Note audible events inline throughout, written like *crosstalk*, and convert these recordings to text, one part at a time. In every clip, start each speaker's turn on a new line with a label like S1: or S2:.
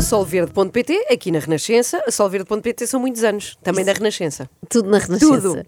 S1: solverde.pt, aqui na Renascença. A solverde.pt são muitos anos, também da Renascença.
S2: Tudo na Renascença.
S1: Tudo.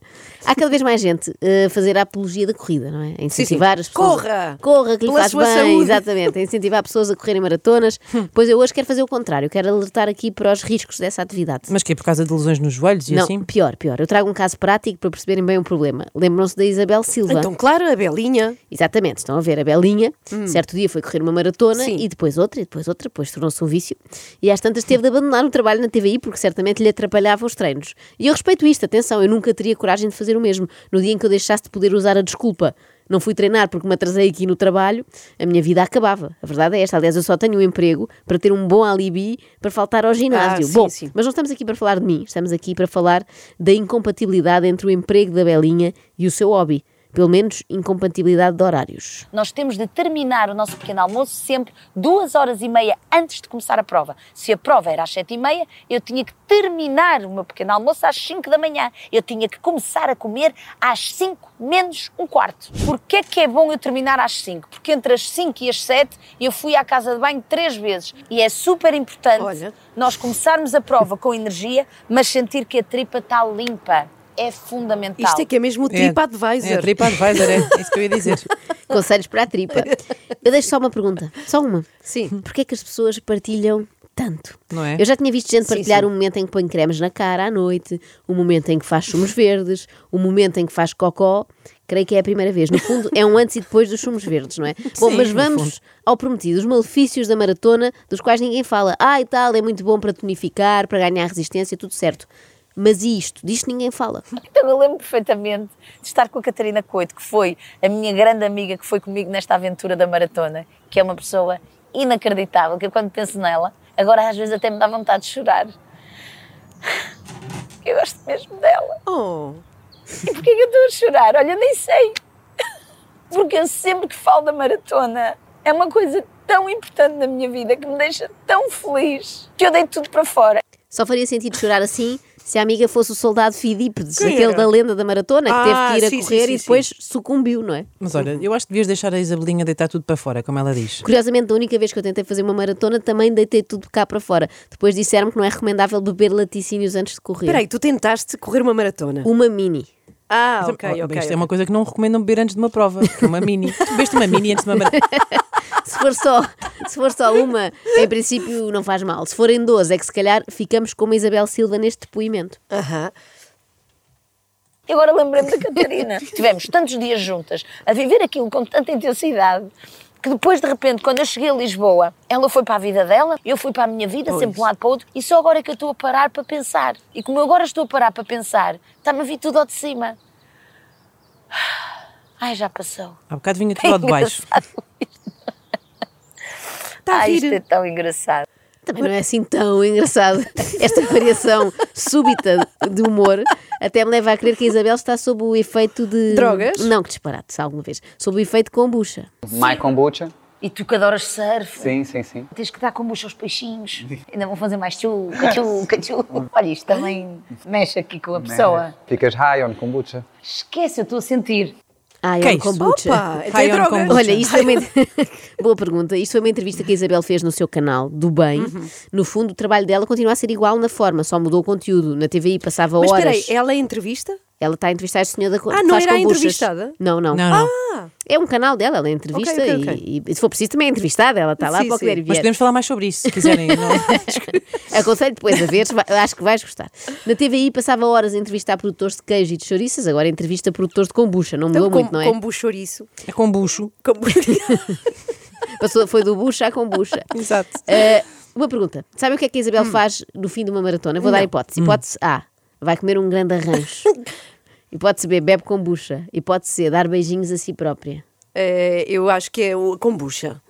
S2: Há cada vez mais gente a fazer a apologia da corrida, não é? A incentivar
S1: sim.
S2: as pessoas.
S1: Corra!
S2: Corra, que lhe
S1: Pela
S2: faz
S1: sua
S2: bem.
S1: saúde.
S2: Exatamente. A
S1: *laughs*
S2: incentivar pessoas a correrem maratonas. pois eu hoje quero fazer o contrário. Quero alertar aqui para os riscos dessa atividade.
S3: Mas que é por causa de lesões nos joelhos e
S2: não,
S3: assim?
S2: pior, pior. Eu trago um caso prático para perceberem bem o problema. Lembram-se da Isabel
S3: é?
S2: Silva.
S1: Então, claro, a Belinha.
S2: Exatamente, estão a ver a Belinha. Certo dia foi correr uma maratona
S1: Sim.
S2: e depois outra, e depois outra, depois tornou-se um vício. E às tantas teve de abandonar o trabalho na TVI porque certamente lhe atrapalhava os treinos. E eu respeito isto, atenção, eu nunca teria coragem de fazer o mesmo. No dia em que eu deixasse de poder usar a desculpa. Não fui treinar porque me atrasei aqui no trabalho, a minha vida acabava. A verdade é esta. Aliás, eu só tenho um emprego para ter um bom alibi para faltar ao ginásio.
S1: Ah, sim,
S2: bom,
S1: sim.
S2: mas não estamos aqui para falar de mim, estamos aqui para falar da incompatibilidade entre o emprego da Belinha e o seu hobby. Pelo menos incompatibilidade de
S1: *laughs*
S2: horários.
S4: Nós temos de terminar o nosso pequeno almoço sempre duas horas e meia antes de começar a prova. Se a prova era às sete e meia, eu tinha que terminar o meu pequeno almoço às cinco da manhã. Eu tinha que começar a comer às cinco menos um quarto. Porquê que é bom eu terminar às cinco? Porque entre as cinco e as sete eu fui à casa de banho três vezes. E é super importante
S1: Olha.
S4: nós começarmos a prova com energia, mas sentir que a tripa está limpa. É fundamental.
S1: Isto é que é mesmo o TripAdvisor.
S3: É, TripAdvisor, é isso que eu ia dizer.
S2: *laughs* Conselhos para a tripa. Eu deixo só uma pergunta, só uma.
S1: Sim.
S3: *laughs*
S2: Porquê é que as pessoas partilham tanto?
S3: Não é?
S2: Eu já tinha visto gente
S1: Sim,
S2: partilhar
S1: sim.
S2: um momento em que põe cremes na cara à noite, um momento em que faz sumos verdes, um momento em que faz cocó. Creio que é a primeira vez. No fundo, é um antes e depois dos sumos
S1: *laughs*
S2: verdes, não é? Bom,
S3: Sim,
S2: mas
S3: no fundo.
S2: vamos ao prometido, os malefícios da maratona, dos quais ninguém fala. Ah, e tal, é muito bom para tonificar, para ganhar resistência, tudo certo. Mas e isto? Disto ninguém fala.
S4: Então eu lembro perfeitamente de estar com a Catarina Coito, que foi a minha grande amiga que foi comigo nesta aventura da maratona, que é uma pessoa inacreditável, que eu quando penso nela, agora às vezes até me dá vontade de chorar. Eu gosto mesmo dela.
S1: Oh,
S4: E porquê que eu estou a chorar? Olha, eu nem sei. Porque eu sempre que falo da maratona, é uma coisa tão importante na minha vida, que me deixa tão feliz, que eu dei tudo para fora.
S2: Só faria sentido chorar assim se a amiga fosse o soldado Fidípedes,
S1: Quem
S2: aquele
S1: era?
S2: da lenda da maratona, que
S1: Ah,
S2: teve que ir
S1: sim,
S2: a correr
S1: sim, sim,
S2: e depois sucumbiu, não é?
S3: Mas olha, eu acho que devias deixar a Isabelinha deitar tudo para fora, como ela diz.
S2: Curiosamente, da única vez que eu tentei fazer uma maratona, também deitei tudo cá para fora. Depois disseram-me que não é recomendável beber laticínios antes de correr.
S1: espera aí, tu tentaste correr uma maratona.
S2: Uma mini.
S1: Ah,
S3: Então,
S1: ok,
S3: oh,
S1: ok.
S3: bem, Isto
S1: ok.
S3: é uma coisa que não recomendam beber antes de uma prova. que é
S2: *laughs*
S3: Uma mini. Tu bebeste uma mini antes de uma maratona.
S2: Se for, só, se for só uma, em princípio não faz mal. Se forem 12, é que se calhar ficamos como a Isabel Silva neste depoimento.
S1: Aham.
S4: E agora
S1: *laughs*
S4: lembrei-me da Catarina. Tivemos tantos dias juntas, a viver aquilo com tanta intensidade, que depois, de repente, quando eu cheguei a Lisboa, ela foi para a vida dela, eu fui para a minha vida, sempre de um lado para o outro, e só agora é que eu estou a parar para pensar. E como eu agora estou a parar para pensar, está-me a vir tudo ao de cima. Ai, já passou.
S3: Há bocado vinha tudo ao de baixo.
S4: Engraçado.
S1: Está Tá
S2: Ah,
S1: a
S4: Ai, isto
S1: vir.
S4: é tão engraçado.
S2: Também não é assim tão engraçado. *laughs* Esta variação súbita de humor até me leva a crer que a Isabel está sob o efeito de.
S1: Drogas?
S2: Não, que disparate, se alguma vez. Sob o efeito de kombucha.
S5: My kombucha?
S4: E tu que adoras surf,
S5: Sim, sim, sim.
S4: Tens que dar com bucha aos peixinhos. Ainda vão fazer mais
S1: *laughs*
S4: tchuca, tchuca, tchuca. Olha, isto também mexe aqui com a pessoa.
S5: Né? Ficas high on kombucha.
S4: Esquece, eu estou a sentir.
S2: Ah,
S3: Que é
S2: é um
S3: isso?
S2: kombucha.
S1: Opa,
S3: High
S1: tem
S3: on
S1: drogas.
S3: kombucha.
S2: Olha, isto foi uma... *laughs* Boa pergunta. Isto foi uma entrevista que a Isabel fez no seu canal do Bem.
S1: Uhum.
S2: No fundo, o trabalho dela continua a ser igual na forma, só mudou o conteúdo. Na TVI passava
S1: Mas
S2: horas.
S1: espera aí, ela é entrevista?
S2: Ela está a entrevistar a senhora da co-
S1: Ah,
S2: que
S1: não
S2: faz
S1: era a
S2: kombuchas.
S1: entrevistada?
S2: Não, não.
S3: Não, não.
S2: É um canal dela, ela entrevista
S1: Ok, ok,
S2: e-
S1: ok.
S2: E, se for preciso também é entrevistada, ela está lá
S1: Sim,
S2: para o que
S1: sim.
S2: der e
S3: Mas
S2: vier.
S3: podemos falar mais sobre isso, se quiserem.
S2: *laughs*
S3: Não...
S2: Aconselho depois a ver, vai- acho que vais gostar. Na TVI passava horas a entrevistar produtores de queijo e de chouriças, agora entrevista produtores de kombucha, não mudou
S1: Então, com,
S2: muito, não é?
S1: com buchoriço.
S3: É com bucho.
S1: Com...
S2: Passou, foi do bucha à kombucha.
S3: *laughs* Exato.
S2: Eh, uma pergunta. Sabe o que é que a Isabel faz no fim de uma maratona? Vou dar hipótese. Hipótese A. Vai comer um grande arranjo. hipótese B. Bebe kombucha. Hipótese C. Dar beijinhos a si própria.
S1: Eh, eu acho que é o kombucha.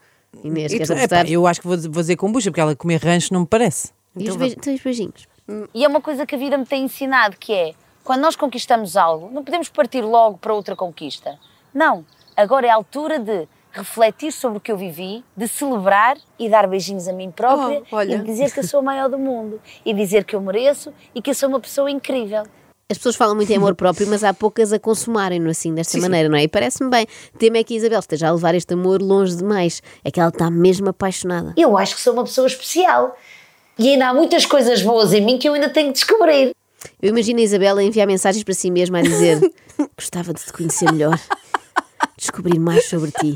S2: Inês,
S1: E
S2: queres
S1: tu-
S3: Epá,
S2: apostar?
S3: eu acho que vou, vou dizer kombucha, porque ela comer rancho não me parece.
S2: E os beij- então, e os beijinhos?
S4: E é uma coisa que a vida me tem ensinado, que é, quando nós conquistamos algo, não podemos partir logo para outra conquista. Não, agora é a altura de refletir sobre o que eu vivi, de celebrar e dar beijinhos a mim própria
S1: Oh, olha.
S4: e dizer que eu sou a maior do mundo e dizer que eu mereço e que eu sou uma pessoa incrível.
S2: As pessoas falam muito em amor próprio, mas há poucas a consumarem-no assim, desta maneira, não é? E parece-me bem. Temo é que a Isabel esteja a levar este amor longe demais. É que ela está mesmo apaixonada.
S4: Eu acho que sou uma pessoa especial. E ainda há muitas coisas boas em mim que eu ainda tenho que descobrir.
S2: Eu imagino a Isabela a enviar mensagens para si mesma
S1: *laughs*
S2: a dizer: Gostava de te conhecer melhor, descobrir mais sobre ti.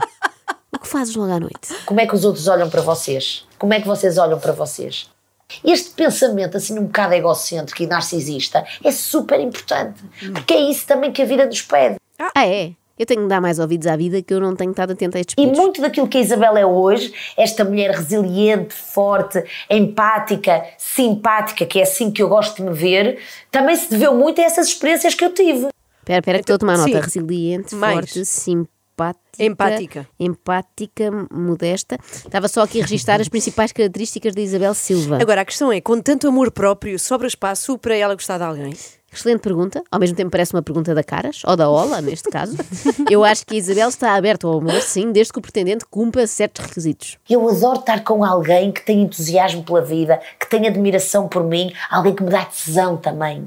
S2: O que fazes logo à noite?
S4: Como é que os outros olham para vocês? Como é que vocês olham para vocês? Este pensamento, assim, um bocado egocêntrico e narcisista, é super importante. Porque é isso também que a vida nos pede.
S2: Ah, é? Eu tenho de dar mais ouvidos à vida que eu não tenho estado atenta a estes
S4: E
S2: pedidos.
S4: muito daquilo que a Isabela é hoje, esta mulher resiliente, forte, empática, simpática, que é assim que eu gosto de me ver, também se deveu muito a essas experiências que eu tive.
S2: Espera, espera, que estou a tomar
S1: Sim.
S2: nota. Resiliente,
S1: Mais.
S2: forte, simpática.
S1: Empática.
S2: Empática, modesta. Estava só aqui a registar as principais características da Isabel Silva.
S1: Agora, a questão é, com tanto amor próprio, sobra espaço para ela gostar de alguém?
S2: Excelente pergunta. Ao mesmo tempo parece uma pergunta da Caras, ou da Ola,
S1: *laughs*
S2: neste caso. Eu acho que a Isabel está aberta ao amor, sim, desde que o pretendente cumpra certos requisitos.
S4: Eu adoro estar com alguém que tem entusiasmo pela vida, que tem admiração por mim, alguém que me dá tesão também.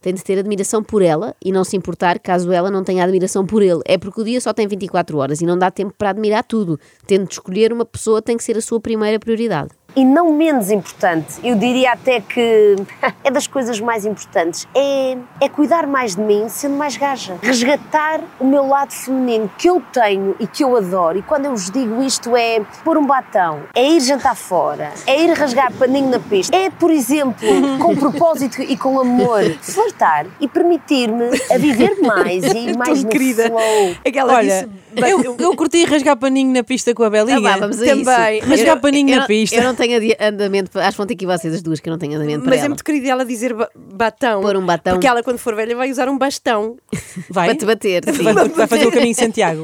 S2: Tem de ter admiração por ela e não se importar caso ela não tenha admiração por ele. É porque o dia só tem 24 horas e não dá tempo para admirar tudo. Tendo de escolher uma pessoa tem que ser a sua primeira prioridade.
S6: E não menos importante, eu diria até que *laughs* é das coisas mais importantes, é, é cuidar mais de mim sendo mais gaja. Resgatar o meu lado feminino que eu tenho e que eu adoro. E quando eu vos digo isto é pôr um batão, é ir jantar fora, é ir rasgar paninho na pista, é, por exemplo,
S4: *laughs*
S6: com propósito e com amor, flertar e permitir-me
S4: *laughs*
S6: a viver mais e ir mais
S1: Tão
S6: no
S1: querida.
S6: flow.
S2: É
S1: Aquela
S3: Olha,
S1: disse...
S3: eu, eu curti rasgar paninho na pista com a Belinha.
S2: Ah, vá, vamos a
S1: Também.
S2: isso.
S3: Rasgar
S2: Eu-
S3: paninho
S2: eu
S3: na
S2: não-
S3: pista.
S2: Eu não tenho adi- andamento, para- acho que vão ter que ir vocês as duas, que eu não tenho andamento para
S1: Mas é
S2: ela.
S1: muito querido ela dizer ba- batão.
S2: Pôr um batão.
S1: Porque ela, quando for velha, vai usar um bastão.
S3: Vai.
S2: Para te bater, sim.
S3: Vai, vai fazer o caminho de Santiago.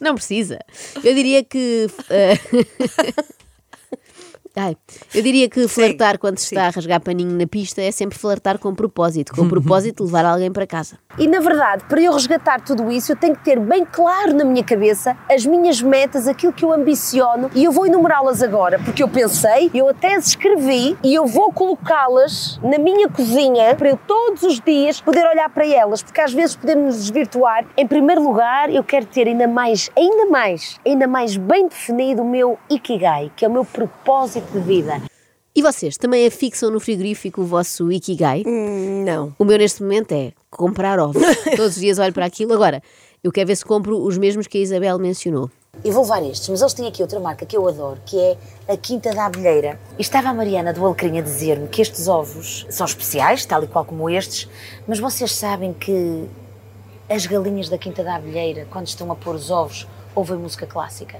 S2: Não precisa. Eu diria que. eh, *laughs* Ai, eu diria que flertar quando se está a rasgar paninho na pista é sempre flertar com propósito, com o propósito de levar alguém para casa.
S6: E na verdade, para eu resgatar tudo isso, eu tenho que ter bem claro na minha cabeça as minhas metas, aquilo que eu ambiciono, e eu vou enumerá-las agora, porque eu pensei, eu até as escrevi e eu vou colocá-las na minha cozinha para eu todos os dias poder olhar para elas, porque às vezes podemos nos desvirtuar. Em primeiro lugar, eu quero ter ainda mais, ainda mais, ainda mais bem definido o meu ikigai, que é o meu propósito de vida.
S2: E vocês também afixam no frigorífico o vosso Ikigai?
S1: Hum, Não.
S2: O meu neste momento é comprar *laughs* ovos. Todos os dias olho para aquilo. Agora, eu quero ver se compro os mesmos que a Isabel mencionou.
S4: Eu vou levar estes, mas eles têm aqui outra marca que eu adoro, que é a Quinta da Abelheira. E estava a Mariana do Alecrim a dizer-me que estes ovos são especiais, tal e qual como estes, mas vocês sabem que as galinhas da Quinta da Abelheira, quando estão a pôr os ovos, ouvem música clássica.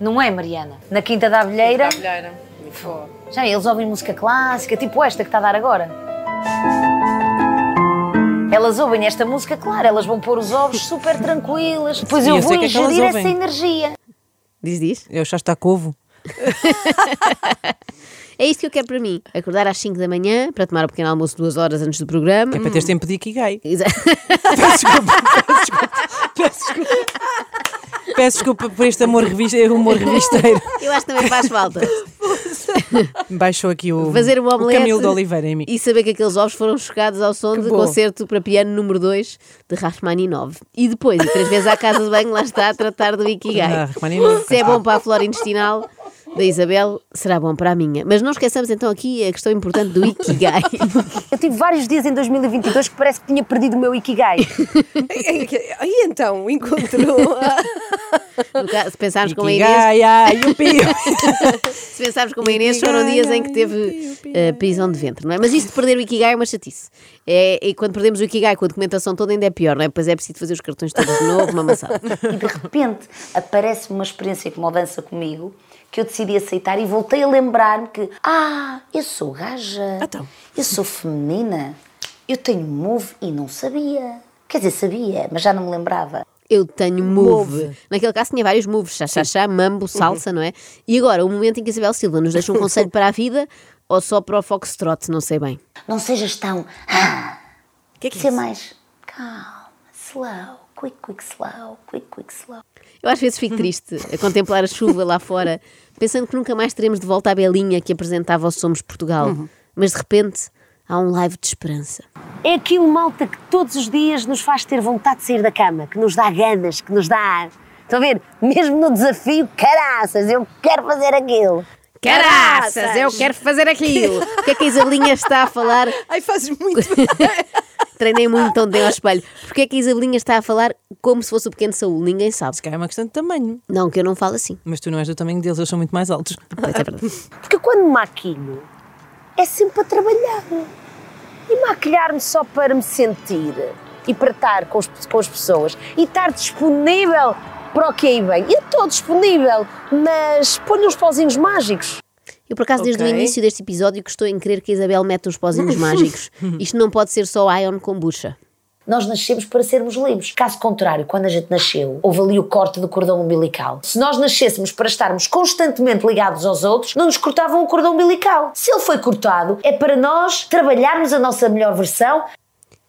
S4: Não é, Mariana? Na Quinta da Abelheira, já eles ouvem música clássica, tipo esta que está a dar agora. Elas ouvem esta música, claro, elas vão pôr os ovos super tranquilas. Depois
S3: E
S4: eu
S3: eu
S4: vou
S3: sei o que é que elas
S4: ingerir essa
S3: ouvem.
S4: energia.
S2: Diz, diz.
S3: Eu já está couvo.
S2: É isto que eu quero para mim. Acordar às 5 da manhã para tomar o pequeno almoço duas horas antes do programa. *laughs*
S3: É para teres tempo de Ikigai.
S2: Exa- *laughs*
S3: Peço desculpa, peço desculpa. Peço desculpa. Peço desculpa por este amor, revista, humor revisteiro.
S2: Eu acho que também faz falta.
S3: Baixou aqui o,
S2: Fazer um
S3: o
S2: omelete.
S3: Camilo de Oliveira em mim.
S2: E saber que aqueles ovos foram chocados ao som do
S3: bom.
S2: concerto para piano número 2 de Rachmaninov. E depois, e três vezes à casa de banho, lá está a tratar do Ikigai.
S3: Ah, Rachmaninov.
S2: Se é bom para a flora intestinal da Isabel, será bom para a minha. Mas não esqueçamos então aqui a questão importante do
S3: *laughs*
S2: Ikigai.
S6: Eu tive vários dias em 2022 que parece que tinha perdido o meu ikigai.
S1: Aí então, encontrou.
S2: *laughs* No caso, se pensarmos como a Inês,
S3: Ikigai, ai, o pio. *laughs*
S2: se pensarmos como a Inês, foram dias em que teve eh, prisão de ventre, não é? Mas isto de perder o Ikigai é uma chatice. É, e quando perdemos o Ikigai com a documentação toda ainda é pior, não é? Pois é preciso fazer os cartões todos de novo, uma maçã.
S4: e de repente aparece uma experiência como a dança comigo que eu decidi aceitar e voltei a lembrar-me que ah, eu sou gaja,
S1: Então.
S4: eu sou feminina, eu tenho um move e não sabia. Quer dizer, sabia, mas já não me lembrava.
S2: Eu tenho move. Naquele caso tinha vários moves, chá, chá, chá, mambo, salsa, não é? E agora, o momento em que a Isabel Silva nos *laughs* deixa um conselho para a vida ou só para o Foxtrot, não sei bem.
S4: Não sejas tão ah,
S1: O que é que
S4: ser
S1: é isso?
S4: mais calma, slow, quick, quick, slow, quick, quick, slow.
S2: Eu às vezes fico triste a contemplar a chuva lá fora, pensando que nunca mais teremos de volta a Belinha que apresentava ao Somos Portugal. Mas de repente há um live de esperança.
S6: É aquilo, malta, que todos os dias nos faz ter vontade de sair da cama, que nos dá ganas, que nos dá ar. Estão a ver? Mesmo no desafio, caraças, eu quero fazer aquilo.
S2: Caraças, eu quero fazer aquilo. O que é que a Isabelinha está a falar?
S1: Ai, fazes muito.
S2: Treinei muito ontem ao espelho. Porquê é que a Isabelinha está a falar como se fosse o pequeno Saúl? Ninguém sabe.
S3: Se calhar é uma questão de tamanho.
S2: Não, que eu não falo assim.
S3: Mas tu não és do tamanho deles, eles são muito mais altos.
S2: Pois é verdade.
S6: Porque quando maquilho, é sempre para trabalhar. E maquilhar-me só para me sentir e para estar com, os- com as pessoas e estar disponível para o que é e bem. Eu estou disponível, mas ponho uns pozinhos mágicos.
S2: Eu, por acaso, desde o
S1: Ok.
S2: início deste episódio que estou em querer que a Isabel meta
S1: *laughs*
S2: uns pozinhos mágicos. Isto não pode ser só Ion Kombucha.
S4: Nós nascemos para sermos livres. Caso contrário, quando a gente nasceu, houve ali o corte do cordão umbilical. Se nós nascêssemos para estarmos constantemente ligados aos outros, não nos cortavam o cordão umbilical. Se ele foi cortado, é para nós trabalharmos a nossa melhor versão.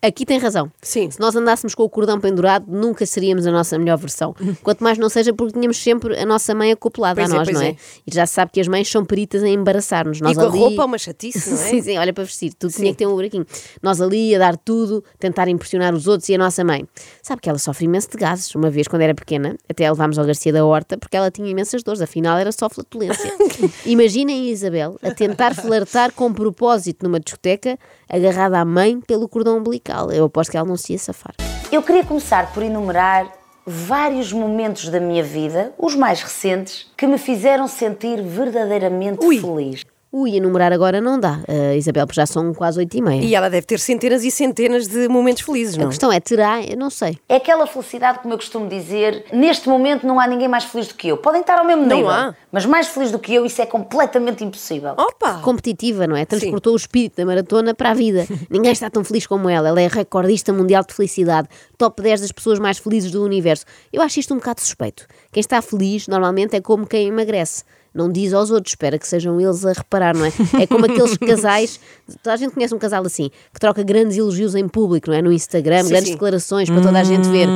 S2: Aqui tem razão.
S1: Sim.
S2: Se nós andássemos com o cordão pendurado, nunca seríamos a nossa melhor versão. Quanto mais não seja porque tínhamos sempre a nossa mãe acoplada
S1: Pois
S2: a
S1: é,
S2: nós,
S1: pois
S2: não é?
S1: é.
S2: E já se sabe que as mães são peritas em embaraçar-nos. Nós
S1: E com a
S2: ali-
S1: roupa é uma chatice, não é?
S2: Sim, sim, olha para vestir, tudo tinha que ter um buraquinho. Nós ali a dar tudo, tentar impressionar os outros e a nossa mãe. Sabe que ela sofre imenso de gases. Uma vez, quando era pequena, até a levámos ao Garcia da Horta porque ela tinha imensas dores, afinal era só flatulência.
S1: *laughs*
S2: Imaginem a Isabel a tentar flertar com propósito numa discoteca, agarrada à mãe pelo cordão umbilical. Eu aposto que ela não se ia safar.
S4: Eu queria começar por enumerar vários momentos da minha vida, os mais recentes, que me fizeram sentir verdadeiramente
S1: Ui.
S4: feliz.
S2: Ui, enumerar agora não dá, Ah, Isabel, porque já são quase oito e meia.
S1: E ela deve ter centenas e centenas de momentos felizes,
S2: A
S1: não?
S2: questão é, terá? Eu não sei.
S4: É aquela felicidade, como eu costumo dizer, neste momento não há ninguém mais feliz do que eu. Podem estar ao mesmo nível,
S1: há.
S4: mas mais feliz do que eu, isso é completamente impossível.
S1: Opa!
S2: competitiva, não é? Transportou o espírito da maratona para a
S1: *laughs*
S2: vida. Ninguém está tão feliz como ela. Ela é recordista mundial de felicidade, top 10 das pessoas mais felizes do universo. Eu acho isto um bocado suspeito. Quem está feliz normalmente é como quem emagrece. Não diz aos outros, espera que sejam eles a reparar, não é? É como
S1: *laughs*
S2: aqueles casais. Toda a gente conhece um casal assim, que troca grandes elogios em público, não é? No Instagram,
S1: Sim,
S2: grandes
S1: sim. Hum.
S2: declarações para toda a gente ver.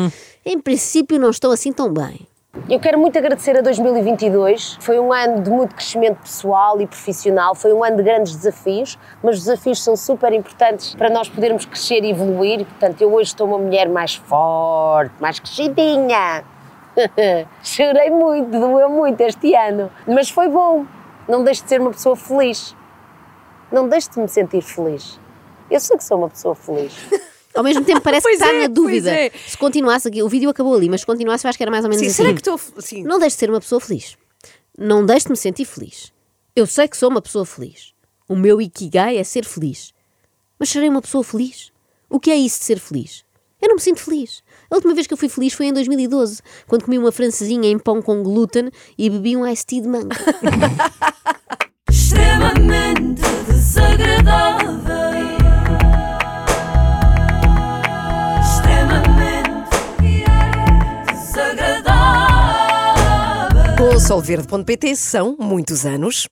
S2: Em princípio, não estou assim tão bem.
S6: Eu quero muito agradecer a 2022. Foi um ano de muito crescimento pessoal e profissional, foi um ano de grandes desafios, mas os desafios são super importantes para nós podermos crescer e evoluir. Portanto, eu hoje estou uma mulher mais forte, mais crescidinha. *laughs* Chorei muito, doeu muito este ano, mas foi bom. Não deixe de ser uma pessoa feliz. Não deixe de me sentir feliz. Eu sei que sou uma pessoa feliz.
S2: Ao mesmo tempo
S1: *laughs*
S2: parece que
S1: Pois
S2: está
S1: é,
S2: na
S1: pois
S2: dúvida.
S1: é.
S2: Se continuasse aqui, o vídeo acabou ali, mas se continuasse eu acho que era mais ou menos
S1: Sim,
S2: assim.
S1: será que estou. Sim.
S2: Não deixe de ser uma pessoa feliz. Não deixe de me sentir feliz. Eu sei que sou uma pessoa feliz. O meu ikigai é ser feliz. Mas serei uma pessoa feliz? O que é isso de ser feliz? Eu não me sinto feliz. A última vez que eu fui feliz foi em 2012, quando comi uma francesinha em pão com glúten e bebi um iced tea de manga.
S7: extremamente desagradável. Extremamente desagradável.
S1: Com o solverde.pt são muitos anos.